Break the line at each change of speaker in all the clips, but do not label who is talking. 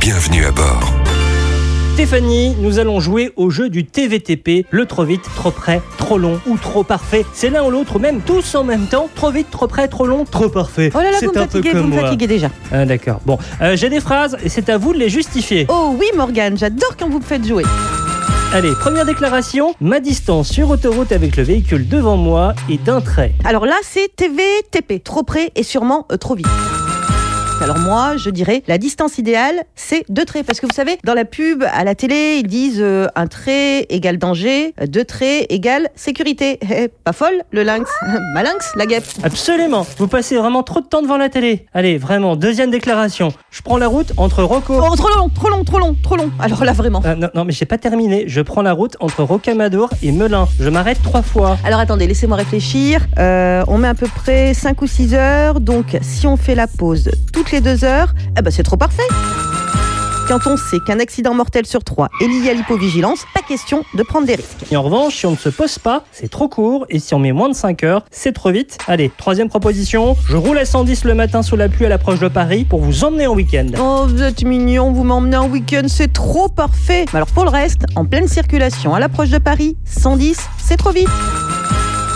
Bienvenue à bord.
Stéphanie, nous allons jouer au jeu du TVTP, le trop vite, trop près, trop long ou trop parfait. C'est l'un ou l'autre, ou même tous en même temps, trop vite, trop près, trop long, trop parfait.
Oh là là,
C'est
vous me
un peu
fatiguez, vous
comme
me
moi.
fatiguez déjà.
Ah, D'accord, bon. Euh, J'ai des phrases et c'est à vous de les justifier.
Oh oui, Morgane, j'adore quand vous me faites jouer.
Allez, première déclaration. Ma distance sur autoroute avec le véhicule devant moi est d'un trait.
Alors là, c'est TVTP, trop près et sûrement euh, trop vite. Alors moi, je dirais, la distance idéale, c'est deux traits. Parce que vous savez, dans la pub, à la télé, ils disent euh, un trait égale danger, euh, deux traits égale sécurité. Eh, pas folle, le lynx. Ma lynx, la guêpe.
Absolument. Vous passez vraiment trop de temps devant la télé. Allez, vraiment. Deuxième déclaration. Je prends la route entre Rocco.
Oh, trop long, trop long, trop long, trop long. Alors là, vraiment.
Euh, non, non, mais j'ai pas terminé. Je prends la route entre Rocamadour et Melun. Je m'arrête trois fois.
Alors attendez, laissez-moi réfléchir. Euh, on met à peu près 5 ou 6 heures. Donc si on fait la pause toutes les 2 heures, eh ben, c'est trop parfait. Quand on sait qu'un accident mortel sur 3 est lié à l'hypovigilance, pas question de prendre des risques.
Et en revanche, si on ne se pose pas, c'est trop court. Et si on met moins de 5 heures, c'est trop vite. Allez, troisième proposition. Je roule à 110 le matin sous la pluie à l'approche de Paris pour vous emmener en week-end.
Oh, vous êtes mignon, vous m'emmenez en week-end, c'est trop parfait. Mais alors pour le reste, en pleine circulation, à l'approche de Paris, 110, c'est trop vite.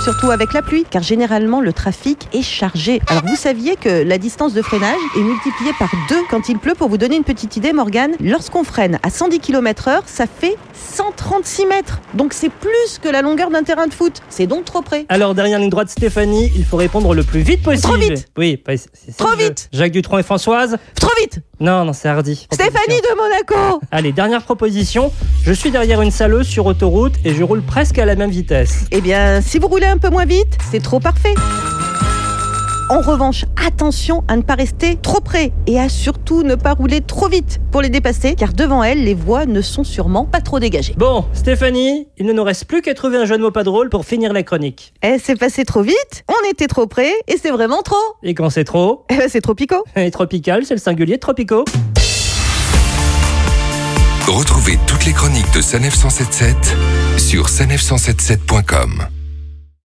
Surtout avec la pluie, car généralement le trafic est chargé. Alors vous saviez que la distance de freinage est multipliée par 2 quand il pleut. Pour vous donner une petite idée, Morgane, lorsqu'on freine à 110 km/h, ça fait 136 mètres. Donc c'est plus que la longueur d'un terrain de foot. C'est donc trop près.
Alors, dernière ligne droite, Stéphanie, il faut répondre le plus vite possible.
Trop vite.
Oui, bah, c'est- c'est ça
Trop
le jeu.
vite.
Jacques Dutronc et Françoise
Trop vite
Non, non, c'est Hardy.
Stéphanie de Monaco
Allez, dernière proposition. Je suis derrière une saleuse sur autoroute et je roule presque à la même vitesse.
Eh bien, si vous roulez un peu moins vite, c'est trop parfait. En revanche, attention à ne pas rester trop près et à surtout ne pas rouler trop vite pour les dépasser, car devant elles, les voies ne sont sûrement pas trop dégagées.
Bon, Stéphanie, il ne nous reste plus qu'à trouver un jeu de mots pas drôle pour finir la chronique.
Eh, c'est passé trop vite, on était trop près et c'est vraiment trop.
Et quand c'est trop,
Eh ben, c'est trop picot.
et tropical, c'est le singulier tropico.
Retrouvez toutes les chroniques de Sanef 177 sur sanef177.com.